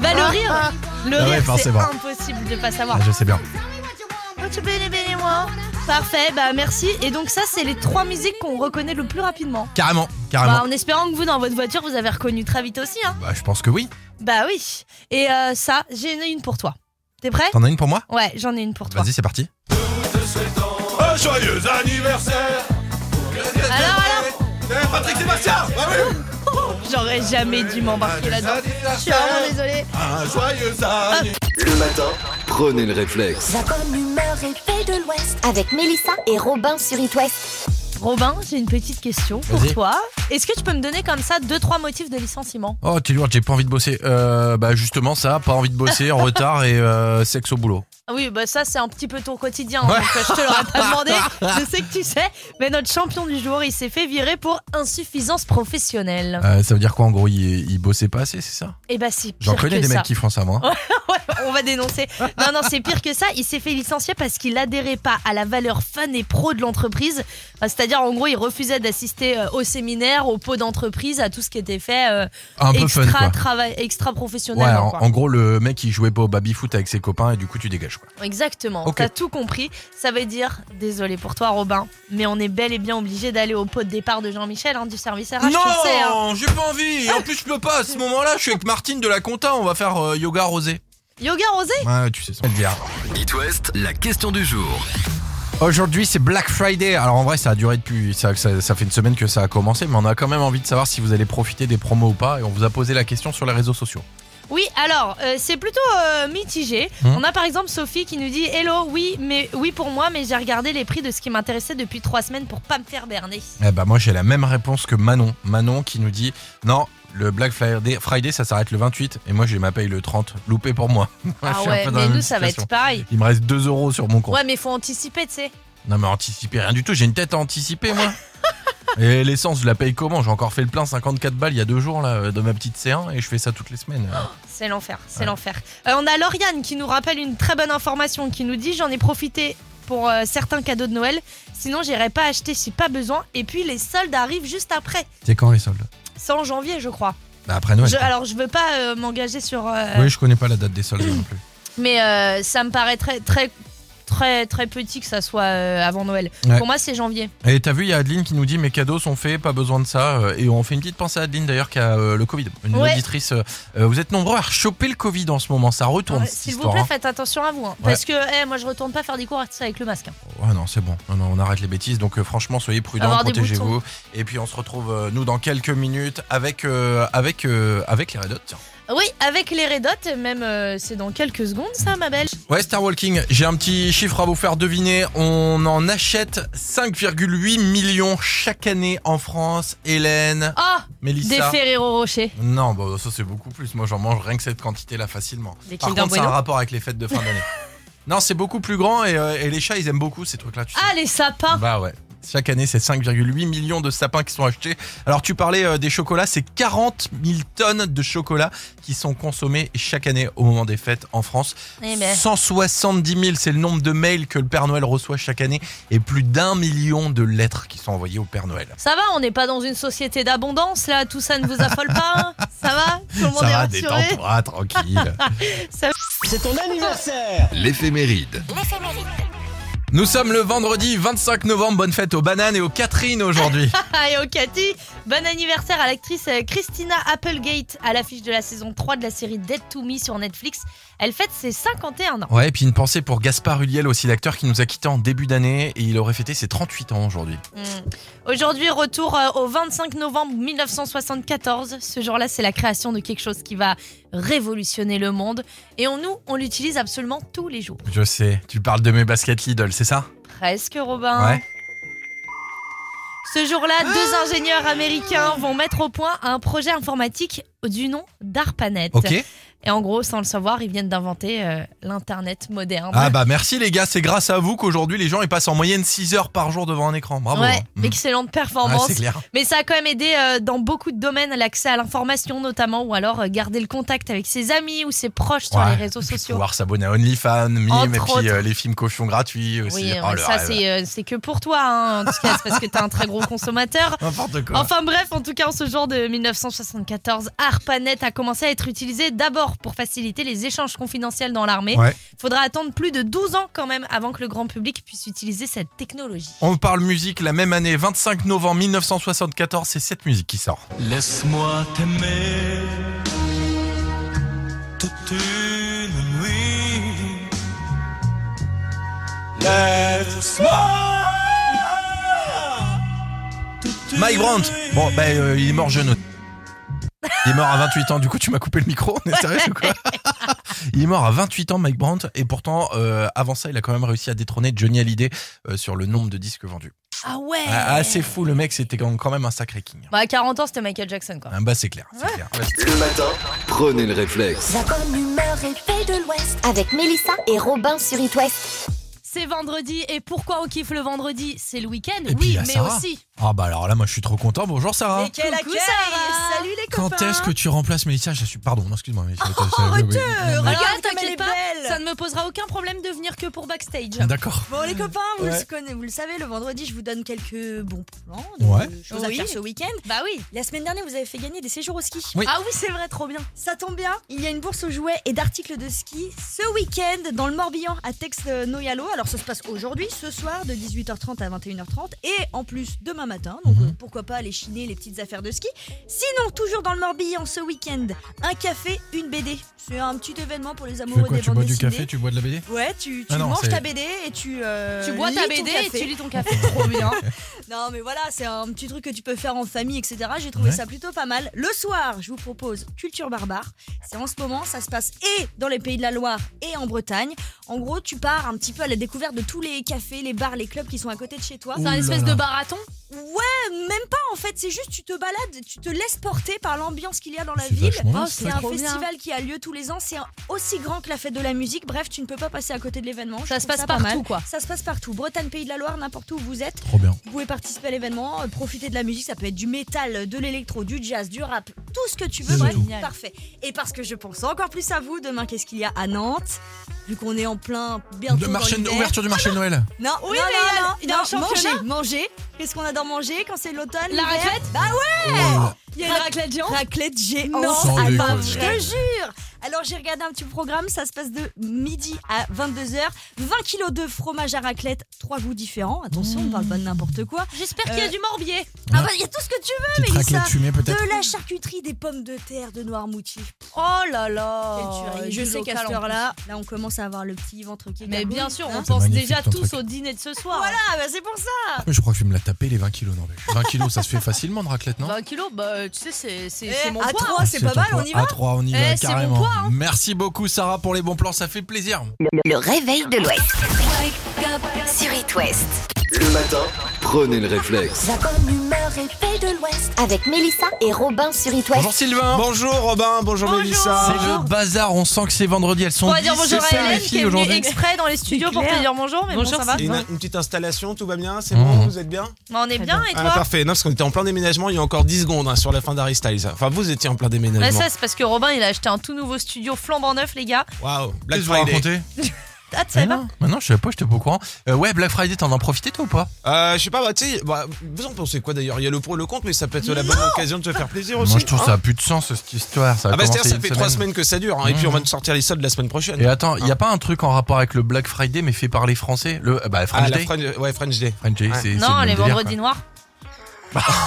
[SPEAKER 3] bah le rire, le
[SPEAKER 4] Ah ouais,
[SPEAKER 3] rire, c'est
[SPEAKER 4] forcément.
[SPEAKER 3] impossible de pas savoir.
[SPEAKER 4] Ah, je sais bien.
[SPEAKER 3] Tu bénis, bénis moi. Parfait, bah merci. Et donc ça, c'est les trois musiques qu'on reconnaît le plus rapidement.
[SPEAKER 4] Carrément,
[SPEAKER 3] Bah,
[SPEAKER 4] carrément.
[SPEAKER 3] en espérant que vous, dans votre voiture, vous avez reconnu très vite aussi. Hein.
[SPEAKER 4] Bah, je pense que oui.
[SPEAKER 3] Bah oui. Et euh, ça, j'ai une- une pour toi. T'es prêt
[SPEAKER 4] T'en as une pour moi
[SPEAKER 3] Ouais, j'en ai une pour toi.
[SPEAKER 4] Vas-y, c'est parti. joyeux anniversaire
[SPEAKER 3] Alors,
[SPEAKER 4] Eh, Patrick Sébastien bah Ah,
[SPEAKER 3] J'aurais jamais dû m'embarquer là-dedans. Je suis vraiment désolée.
[SPEAKER 4] joyeux
[SPEAKER 1] Le matin, prenez le réflexe.
[SPEAKER 2] La bonne humeur et paix de l'Ouest avec Mélissa et Robin sur It West.
[SPEAKER 3] Robin, j'ai une petite question pour
[SPEAKER 4] Vas-y.
[SPEAKER 3] toi. Est-ce que tu peux me donner comme ça deux trois motifs de licenciement
[SPEAKER 4] Oh, t'es lourde, j'ai pas envie de bosser. Euh, bah, justement, ça, pas envie de bosser, en retard et euh, sexe au boulot.
[SPEAKER 3] Ah Oui, bah ça c'est un petit peu ton quotidien,
[SPEAKER 4] Ouais.
[SPEAKER 3] donc euh, je te l'aurais pas demandé. Je sais que tu sais, mais notre champion du jour, il s'est fait virer pour insuffisance professionnelle.
[SPEAKER 4] Euh, ça veut dire quoi, en gros, il, il bossait pas assez, c'est ça
[SPEAKER 3] Et bah c'est
[SPEAKER 4] J'en
[SPEAKER 3] pire
[SPEAKER 4] connais
[SPEAKER 3] que
[SPEAKER 4] des
[SPEAKER 3] ça.
[SPEAKER 4] mecs qui font ça, moi.
[SPEAKER 3] Ouais, on va dénoncer. Non, non, c'est pire que ça. Il s'est fait licencier parce qu'il adhérait pas à la valeur fun et pro de l'entreprise. Euh, C'est-à-dire, en gros, il refusait d'assister euh, au séminaire, au pot d'entreprise, à tout ce qui était fait euh,
[SPEAKER 4] Un peu fun,
[SPEAKER 3] extra
[SPEAKER 4] quoi.
[SPEAKER 3] travail, extra
[SPEAKER 4] Ouais,
[SPEAKER 3] professionnel.
[SPEAKER 4] en, en gros, le mec, il jouait pas au baby-foot avec ses copains et du coup, tu dégages, quoi.
[SPEAKER 3] Exactement,
[SPEAKER 4] Ok.
[SPEAKER 3] t'as tout compris. Ça veut dire, désolé pour toi Robin, mais on est bel et bien obligé d'aller au pot de départ de Jean-Michel hein, du service RH, tu le sais. hein.
[SPEAKER 4] j'ai pas envie. En plus, je peux pas. À ce moment-là, je suis avec Martine de la Conta, on va faire euh, yoga rosé.
[SPEAKER 3] Yoga rosé
[SPEAKER 4] Ouais, tu sais ça. Bien.
[SPEAKER 1] It West, la question du jour.
[SPEAKER 4] Aujourd'hui, c'est Black Friday. Alors en vrai, ça a duré depuis. Ça, ça- ça fait une semaine que ça a commencé, mais on a quand même envie de savoir si vous allez profiter des promos ou pas. Et on vous a posé la question sur les réseaux sociaux.
[SPEAKER 3] Oui, alors, euh, c'est plutôt euh, mitigé.
[SPEAKER 4] Hmm.
[SPEAKER 3] On a par exemple Sophie qui nous dit Hello, oui, mais oui pour moi, mais j'ai regardé les prix de ce qui m'intéressait depuis trois semaines pour pas me faire berner.
[SPEAKER 4] Eh ben moi j'ai la même réponse que Manon. Manon qui nous dit non, le Black Friday, Friday ça s'arrête le 28 et moi j'ai ma paye le 30. Loupé pour moi. Je
[SPEAKER 3] Ah
[SPEAKER 4] suis un
[SPEAKER 3] ouais,
[SPEAKER 4] peu dans la
[SPEAKER 3] mais
[SPEAKER 4] même
[SPEAKER 3] nous, ça va
[SPEAKER 4] situation.
[SPEAKER 3] être pareil.
[SPEAKER 4] Il me reste 2 euros sur mon compte.
[SPEAKER 3] Ouais, mais faut anticiper, tu sais.
[SPEAKER 4] Non mais anticiper rien du tout, j'ai une tête à anticiper moi. et l'essence je la paye comment J'ai encore fait le plein 54 balles il y a deux jours là euh, de ma petite C1 et je fais ça toutes les semaines.
[SPEAKER 3] C'est l'enfer, c'est l'enfer. Euh, on a Lauriane qui nous rappelle une très bonne information qui nous dit J'en ai profité pour euh, certains cadeaux de Noël, sinon j'irai pas acheter si pas besoin. Et puis les soldes arrivent juste après.
[SPEAKER 4] C'est quand les soldes
[SPEAKER 3] C'est en janvier, je crois.
[SPEAKER 4] Bah après Noël.
[SPEAKER 3] Je-
[SPEAKER 4] quoi.
[SPEAKER 3] alors, je veux pas euh, m'engager sur. euh,
[SPEAKER 4] Oui, je connais pas la date des soldes non plus.
[SPEAKER 3] Mais euh, ça me paraît très, très, très, très petit que ça soit euh, avant Noël.
[SPEAKER 4] Ouais.
[SPEAKER 3] Pour moi, c'est janvier.
[SPEAKER 4] Et t'as vu, il y a Adeline qui nous dit mes cadeaux sont faits, pas besoin de ça. Euh, Et on fait une petite pensée à Adeline d'ailleurs qui a euh, le Covid. Une
[SPEAKER 3] Ouais.
[SPEAKER 4] auditrice. euh, euh, vous êtes nombreux à choper le Covid en ce moment, ça retourne
[SPEAKER 3] Ah Ouais,
[SPEAKER 4] cette
[SPEAKER 3] S'il vous
[SPEAKER 4] histoire.
[SPEAKER 3] plaît,
[SPEAKER 4] hein.
[SPEAKER 3] faites attention à vous. hein.
[SPEAKER 4] Ouais.
[SPEAKER 3] Parce que eh, moi, je retourne pas faire des cours artistiques avec le masque. hein.
[SPEAKER 4] Ouais, non, c'est bon. Non, non, on arrête les bêtises. Donc euh, franchement, soyez prudents,
[SPEAKER 3] Avoir des
[SPEAKER 4] protégez-vous. Et puis on se retrouve euh, nous dans quelques minutes avec euh, avec euh, avec les Red Hot, tiens.
[SPEAKER 3] Oui, avec les Red Hot, même euh, c'est dans quelques secondes, ça, ma belle.
[SPEAKER 4] Ouais, Star Walking, j'ai un petit chiffre à vous faire deviner. On en achète 5,8 millions chaque année en France. Hélène,
[SPEAKER 3] Ah,
[SPEAKER 4] Mélissa.
[SPEAKER 3] des Ferrero Rocher.
[SPEAKER 4] Non, bah, ça c'est beaucoup plus. Moi j'en mange rien que cette quantité-là facilement.
[SPEAKER 3] Des
[SPEAKER 4] Par
[SPEAKER 3] Kinder
[SPEAKER 4] contre, c'est un
[SPEAKER 3] Bueno.
[SPEAKER 4] rapport avec les fêtes de fin d'année. non, c'est beaucoup plus grand et, euh, et les chats ils aiment beaucoup ces trucs-là. Tu sais.
[SPEAKER 3] Ah, les sapins.
[SPEAKER 4] Bah ouais. Chaque année, c'est 5,8 millions de sapins qui sont achetés. Alors, tu parlais euh, des chocolats, c'est 40 000 tonnes de chocolat qui sont consommés chaque année au moment des fêtes en France.
[SPEAKER 3] Eh ben.
[SPEAKER 4] 170 000, c'est le nombre de mails que le Père Noël reçoit chaque année et plus d'un million de lettres qui sont envoyées au Père Noël.
[SPEAKER 3] Ça va, on n'est pas dans une société d'abondance, là, tout ça ne vous affole pas. hein ça va Tout le monde
[SPEAKER 4] Ça
[SPEAKER 3] est
[SPEAKER 4] va,
[SPEAKER 3] rassuré
[SPEAKER 4] détends-toi, tranquille.
[SPEAKER 1] L'éphéméride.
[SPEAKER 4] Nous sommes le vendredi 25 novembre. Bonne fête aux bananes et aux Catherine aujourd'hui.
[SPEAKER 3] Ah, et au Cathy, bon anniversaire à l'actrice euh, Christina Applegate à l'affiche de la saison 3 de la série Dead to Me sur Netflix. Elle fête ses 51 ans.
[SPEAKER 4] ouais, et puis une pensée pour Gaspard Ulliel aussi, l'acteur qui nous a quittés en début d'année et il aurait fêté ses 38 ans aujourd'hui.
[SPEAKER 3] Mm. Aujourd'hui, retour euh, au 25 novembre 1974. Ce jour-là, c'est la création de quelque chose qui va révolutionner le monde. Et on, nous, on l'utilise absolument tous les jours.
[SPEAKER 4] Je sais, tu parles de mes baskets Lidl, c'est ça
[SPEAKER 3] Presque, Robin.
[SPEAKER 4] Ouais. Ah.
[SPEAKER 3] Ce jour-là, deux ingénieurs américains vont mettre au point un projet informatique du nom d'ARPANET.
[SPEAKER 4] Ok.
[SPEAKER 3] Et en gros, sans le savoir, ils viennent d'inventer euh, l'Internet moderne.
[SPEAKER 4] Ah bah merci les gars, c'est grâce à vous qu'aujourd'hui les gens ils passent en moyenne 6 heures par jour devant un écran. Bravo.
[SPEAKER 3] ouais,
[SPEAKER 4] hein. Mm.
[SPEAKER 3] excellente
[SPEAKER 4] Ouais,
[SPEAKER 3] performance.
[SPEAKER 4] c'est clair.
[SPEAKER 3] Mais ça a quand même aidé euh, dans beaucoup de domaines, l'accès à l'information notamment, ou alors euh, garder le contact avec ses amis ou ses proches sur
[SPEAKER 4] Ouais,
[SPEAKER 3] les réseaux
[SPEAKER 4] et puis
[SPEAKER 3] sociaux.
[SPEAKER 4] Pouvoir s'abonner à OnlyFans, Mime,
[SPEAKER 3] Entre
[SPEAKER 4] et puis euh,
[SPEAKER 3] autres.
[SPEAKER 4] les films cochons gratuits aussi.
[SPEAKER 3] Oui,
[SPEAKER 4] Oh,
[SPEAKER 3] ouais,
[SPEAKER 4] le
[SPEAKER 3] ça
[SPEAKER 4] rêve.
[SPEAKER 3] c'est euh, c'est que pour toi, hein, en tout cas, c'est parce que t'es un très gros consommateur.
[SPEAKER 4] N'importe quoi.
[SPEAKER 3] Enfin bref, en tout cas, en ce jour de 1974, ARPANET a commencé à être utilisé d'abord pour faciliter les échanges confidentiels dans l'armée.
[SPEAKER 4] Ouais.
[SPEAKER 3] Faudra attendre plus de 12 ans quand même avant que le grand public puisse utiliser cette technologie.
[SPEAKER 4] On parle musique la même année, 25 novembre 1974, c'est cette musique qui sort.
[SPEAKER 8] Laisse-moi t'aimer toute une nuit. Laisse-moi toute une
[SPEAKER 4] Mike Brandt
[SPEAKER 8] nuit.
[SPEAKER 4] Bon, bah euh, il est mort jeune. Il est mort à 28 ans, du coup tu m'as coupé le micro, on est sérieux ou quoi Il est mort à 28 ans Mike Brandt et pourtant euh, avant ça il a quand même réussi à détrôner Johnny Hallyday euh, sur le nombre de disques vendus.
[SPEAKER 3] Ah ouais
[SPEAKER 4] Ah,
[SPEAKER 7] Eh.
[SPEAKER 4] assez fou le mec, c'était quand quand même un sacré king.
[SPEAKER 3] Bah à 40 ans, c'était Michael Jackson quoi.
[SPEAKER 4] Ah bah c'est clair, c'est clair.
[SPEAKER 1] Le matin, prenez le réflexe.
[SPEAKER 2] La bonne humeur et paix de l'Ouest avec Mélissa et Robin sur It West.
[SPEAKER 3] C'est vendredi et pourquoi on kiffe le vendredi C'est le week-end,
[SPEAKER 4] Et puis, il
[SPEAKER 3] oui,
[SPEAKER 4] y a
[SPEAKER 3] mais
[SPEAKER 4] Sarah.
[SPEAKER 3] aussi.
[SPEAKER 4] Ah bah alors là moi je suis trop content. Bonjour Sarah.
[SPEAKER 7] Et quel
[SPEAKER 3] Coucou,
[SPEAKER 7] accueil
[SPEAKER 3] Sarah.
[SPEAKER 7] Salut les copains Oh,
[SPEAKER 4] Quand est-ce que tu remplaces Mélissa Je suis pardon, non, excuse-moi mais je- je- je- oui, oui.
[SPEAKER 3] Ah,
[SPEAKER 7] Regarde, comme elle est
[SPEAKER 3] t'inquiète pas,
[SPEAKER 7] belle
[SPEAKER 3] Ça ne me posera aucun problème de venir que pour backstage.
[SPEAKER 6] D'accord.
[SPEAKER 7] Bon les copains, vous,
[SPEAKER 6] Ouais.
[SPEAKER 7] le conna- vous le savez, le vendredi je vous donne quelques bons plans, hein, de
[SPEAKER 6] Ouais.
[SPEAKER 7] choses
[SPEAKER 3] Oui.
[SPEAKER 7] à faire ce week-end.
[SPEAKER 3] Bah oui.
[SPEAKER 7] La semaine dernière vous avez fait gagner des séjours au ski.
[SPEAKER 6] Oui.
[SPEAKER 3] Ah oui, c'est vrai, trop bien.
[SPEAKER 7] Ça tombe bien, il y a une bourse aux jouets et d'articles de ski ce week-end dans le Morbihan à Tex-Noyalo. Alors ça se passe aujourd'hui, ce soir de 18h30 à 21h30 et en plus demain matin. Donc
[SPEAKER 6] Mhm.
[SPEAKER 7] euh, pourquoi pas aller chiner les petites affaires de ski. Sinon, toujours dans le Morbihan ce week-end, un café, une BD. C'est un petit événement pour les
[SPEAKER 6] Tu fais
[SPEAKER 7] amoureux
[SPEAKER 6] quoi
[SPEAKER 7] des
[SPEAKER 6] Tu
[SPEAKER 7] bandes
[SPEAKER 6] bois du
[SPEAKER 7] dessinées.
[SPEAKER 6] café, tu bois de la BD
[SPEAKER 7] Ouais, tu, tu
[SPEAKER 6] Ah non,
[SPEAKER 7] manges
[SPEAKER 6] c'est-
[SPEAKER 7] ta BD et tu. euh,
[SPEAKER 3] Tu bois ta
[SPEAKER 7] lis ton
[SPEAKER 3] BD et
[SPEAKER 7] café.
[SPEAKER 3] tu lis ton café. trop bien.
[SPEAKER 7] Non, mais voilà, c'est un petit truc que tu peux faire en famille, etc. J'ai trouvé
[SPEAKER 6] Ouais.
[SPEAKER 7] ça plutôt pas mal. Le soir, je vous propose Culture Barbare. C'est en ce moment, ça se passe et dans les pays de la Loire et en Bretagne. En gros, tu pars un petit peu à la découverte de tous les cafés, les bars, les clubs qui sont à côté de chez toi.
[SPEAKER 3] C'est un
[SPEAKER 6] Ouh là
[SPEAKER 3] espèce
[SPEAKER 6] là.
[SPEAKER 3] de baraton.
[SPEAKER 7] Ouais, même pas en fait, c'est juste tu te balades, tu te laisses porter par l'ambiance qu'il y a dans la
[SPEAKER 6] C'est
[SPEAKER 7] ville.
[SPEAKER 6] vachement bien,
[SPEAKER 3] Oh,
[SPEAKER 6] ça.
[SPEAKER 7] C'est un
[SPEAKER 3] Trop bien.
[SPEAKER 7] festival qui a lieu tous les ans, c'est un- aussi grand que la fête de la musique. Bref, tu ne peux pas passer à côté de l'événement. Je
[SPEAKER 3] Ça se
[SPEAKER 7] trouve
[SPEAKER 3] passe
[SPEAKER 7] pas mal.
[SPEAKER 3] partout, quoi.
[SPEAKER 7] Ça se passe partout. Bretagne, Pays de la Loire, n'importe où vous êtes.
[SPEAKER 6] Trop bien.
[SPEAKER 7] Vous pouvez participer à l'événement, euh, profiter de la musique, ça peut être du métal, de l'électro, du jazz, du rap, tout ce que tu veux,
[SPEAKER 6] C'est
[SPEAKER 7] bref,
[SPEAKER 6] tout.
[SPEAKER 7] parfait. Et parce que je pense encore plus à vous, demain qu'est-ce qu'il y a à Nantes Vu qu'on est en plein bientôt
[SPEAKER 6] De
[SPEAKER 7] dans
[SPEAKER 6] marché,
[SPEAKER 7] l'hiver.
[SPEAKER 6] ouverture du marché de Noël.
[SPEAKER 7] Non,
[SPEAKER 3] Oui,
[SPEAKER 7] non,
[SPEAKER 3] mais il y
[SPEAKER 7] non,
[SPEAKER 3] a-
[SPEAKER 7] non,
[SPEAKER 3] il y a un
[SPEAKER 7] non,
[SPEAKER 3] championnat.
[SPEAKER 7] manger, manger. Qu'est-ce qu'on adore manger quand c'est l'automne
[SPEAKER 3] La
[SPEAKER 7] l'hiver
[SPEAKER 3] raclette
[SPEAKER 7] Bah ouais
[SPEAKER 4] Oh,
[SPEAKER 3] Il y a une raclette géante.
[SPEAKER 7] Raclette géante
[SPEAKER 3] Non,
[SPEAKER 6] Sans
[SPEAKER 7] Ah bah,
[SPEAKER 6] déconner.
[SPEAKER 7] je te jure Alors j'ai regardé un petit programme, ça se passe de midi à 22h, 20 kilos de fromage à raclette, trois goûts différents, attention, on parle pas de n'importe quoi.
[SPEAKER 3] J'espère qu'il y a
[SPEAKER 7] Euh,
[SPEAKER 3] du morbier.
[SPEAKER 7] Ah bah il y a tout ce que tu veux
[SPEAKER 6] Petite
[SPEAKER 7] Mélissa,
[SPEAKER 6] raclette fumée peut-être.
[SPEAKER 7] de la charcuterie, des pommes de terre, de noirmoutier.
[SPEAKER 3] Oh là là.
[SPEAKER 7] Quelle tuerie. je sais qu'à cette heure-là, là on commence à avoir le petit ventre qui
[SPEAKER 3] Mais
[SPEAKER 7] gargouille,
[SPEAKER 3] bien sûr, on
[SPEAKER 7] hein.
[SPEAKER 3] pense
[SPEAKER 6] magnifique,
[SPEAKER 3] déjà
[SPEAKER 6] ton
[SPEAKER 3] tous
[SPEAKER 6] truc.
[SPEAKER 3] au dîner de ce soir.
[SPEAKER 7] Voilà, bah c'est pour ça.
[SPEAKER 6] Mais je crois que je vais me la taper les 20 kilos, Norvège. 20 kilos, ça se fait facilement de raclette, non
[SPEAKER 3] 20 kilos, bah tu sais, c'est- c'est c'est
[SPEAKER 7] Eh,
[SPEAKER 3] mon
[SPEAKER 7] à
[SPEAKER 3] poids.
[SPEAKER 4] Ah,
[SPEAKER 7] trois, c'est pas
[SPEAKER 6] ton
[SPEAKER 7] mal,
[SPEAKER 6] poids.
[SPEAKER 7] on y va.
[SPEAKER 6] À 3, on y va,
[SPEAKER 3] Eh, c'est mon
[SPEAKER 6] carrément.
[SPEAKER 3] poids, hein.
[SPEAKER 6] Merci beaucoup, Sarah, pour les bons plans, ça fait plaisir.
[SPEAKER 2] Le, le réveil de l'Ouest. Sur It West.
[SPEAKER 1] Le matin, prenez le réflexe.
[SPEAKER 2] La bonne humeur et paix de l'Ouest. Avec Mélissa et Robin sur It West.
[SPEAKER 6] Bonjour Sylvain.
[SPEAKER 11] Bonjour Robin, bonjour,
[SPEAKER 6] C'est
[SPEAKER 11] Mélissa.
[SPEAKER 6] le bazar, on sent que c'est vendredi, elles sont
[SPEAKER 3] On va dire bonjour à
[SPEAKER 6] dissociées, les
[SPEAKER 3] Hélène qui
[SPEAKER 6] filles
[SPEAKER 3] est venue
[SPEAKER 6] aujourd'hui.
[SPEAKER 3] exprès dans les studios pour te
[SPEAKER 7] clair.
[SPEAKER 3] dire bonjour, mais
[SPEAKER 7] Bonjour,
[SPEAKER 3] bon, ça va.
[SPEAKER 11] Et
[SPEAKER 3] Bah,
[SPEAKER 11] une, une petite installation, tout va bien C'est
[SPEAKER 6] Mhm.
[SPEAKER 11] bon, vous êtes bien
[SPEAKER 3] on est bien et
[SPEAKER 11] Ah,
[SPEAKER 3] toi
[SPEAKER 11] Parfait, non, parce qu'on était en plein déménagement il y a encore 10 secondes hein, sur la fin d'Harry Styles. Enfin, vous étiez en plein
[SPEAKER 3] Ouais,
[SPEAKER 11] déménagement.
[SPEAKER 3] ça c'est parce que Robin il a acheté un tout nouveau studio flambant neuf les gars.
[SPEAKER 11] Waouh,
[SPEAKER 4] Qu'est-ce
[SPEAKER 11] Black
[SPEAKER 4] que vous
[SPEAKER 11] Friday.
[SPEAKER 4] racontez
[SPEAKER 3] Ah tu
[SPEAKER 4] Mais
[SPEAKER 3] savais pas
[SPEAKER 4] non, mais non, je savais pas, j'étais pas au courant. Euh, ouais, Black Friday, t'en as profité toi ou pas
[SPEAKER 11] Euh, je sais pas, bah, tu sais, bah, vous en pensez quoi d'ailleurs Il y a le pour et le contre, mais ça peut être la bonne occasion de se faire plaisir aussi.
[SPEAKER 4] Moi, je trouve
[SPEAKER 11] hein.
[SPEAKER 4] ça a plus de sens cette histoire. Ça a
[SPEAKER 11] Ah bah,
[SPEAKER 4] commencé
[SPEAKER 11] c'est-à-dire, ça
[SPEAKER 4] une
[SPEAKER 11] fait
[SPEAKER 4] semaine.
[SPEAKER 11] 3 semaines que ça dure, hein, et puis
[SPEAKER 4] Mhm.
[SPEAKER 11] on va nous sortir les soldes la semaine prochaine.
[SPEAKER 4] Et attends, il y a pas un truc en rapport avec le Black Friday mais fait par les Français Le euh, bah, French
[SPEAKER 11] ah, la
[SPEAKER 4] Day.
[SPEAKER 11] French- ouais, French Day.
[SPEAKER 4] French Day,
[SPEAKER 11] Ouais.
[SPEAKER 4] c'est c'est le
[SPEAKER 3] Non,
[SPEAKER 4] même
[SPEAKER 3] les
[SPEAKER 4] délire,
[SPEAKER 3] vendredis noirs.
[SPEAKER 4] quoi.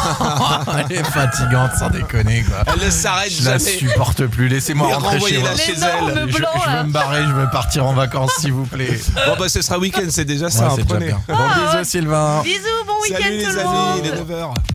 [SPEAKER 4] Elle est fatigante, sans déconner quoi.
[SPEAKER 11] Elle ne s'arrête
[SPEAKER 4] Ah, Je la
[SPEAKER 11] jamais.
[SPEAKER 4] supporte plus, laissez-moi
[SPEAKER 11] Mais
[SPEAKER 4] rentrer chez
[SPEAKER 11] renvoyez-la
[SPEAKER 4] moi.
[SPEAKER 11] chez
[SPEAKER 3] Les énormes
[SPEAKER 11] elle.
[SPEAKER 4] Je,
[SPEAKER 3] blancs
[SPEAKER 4] je
[SPEAKER 3] là.
[SPEAKER 4] veux me barrer, je veux partir en vacances s'il vous plaît.
[SPEAKER 11] Bon, bah, ce sera week-end, c'est déjà ça,
[SPEAKER 6] Ouais,
[SPEAKER 11] hein,
[SPEAKER 6] c'est déjà
[SPEAKER 11] prenez.
[SPEAKER 6] bien. Bon, bisous Sylvain.
[SPEAKER 3] Bisous, bon week-end
[SPEAKER 11] Salut
[SPEAKER 3] tout
[SPEAKER 11] les
[SPEAKER 3] le monde.
[SPEAKER 11] amis, il est 9h.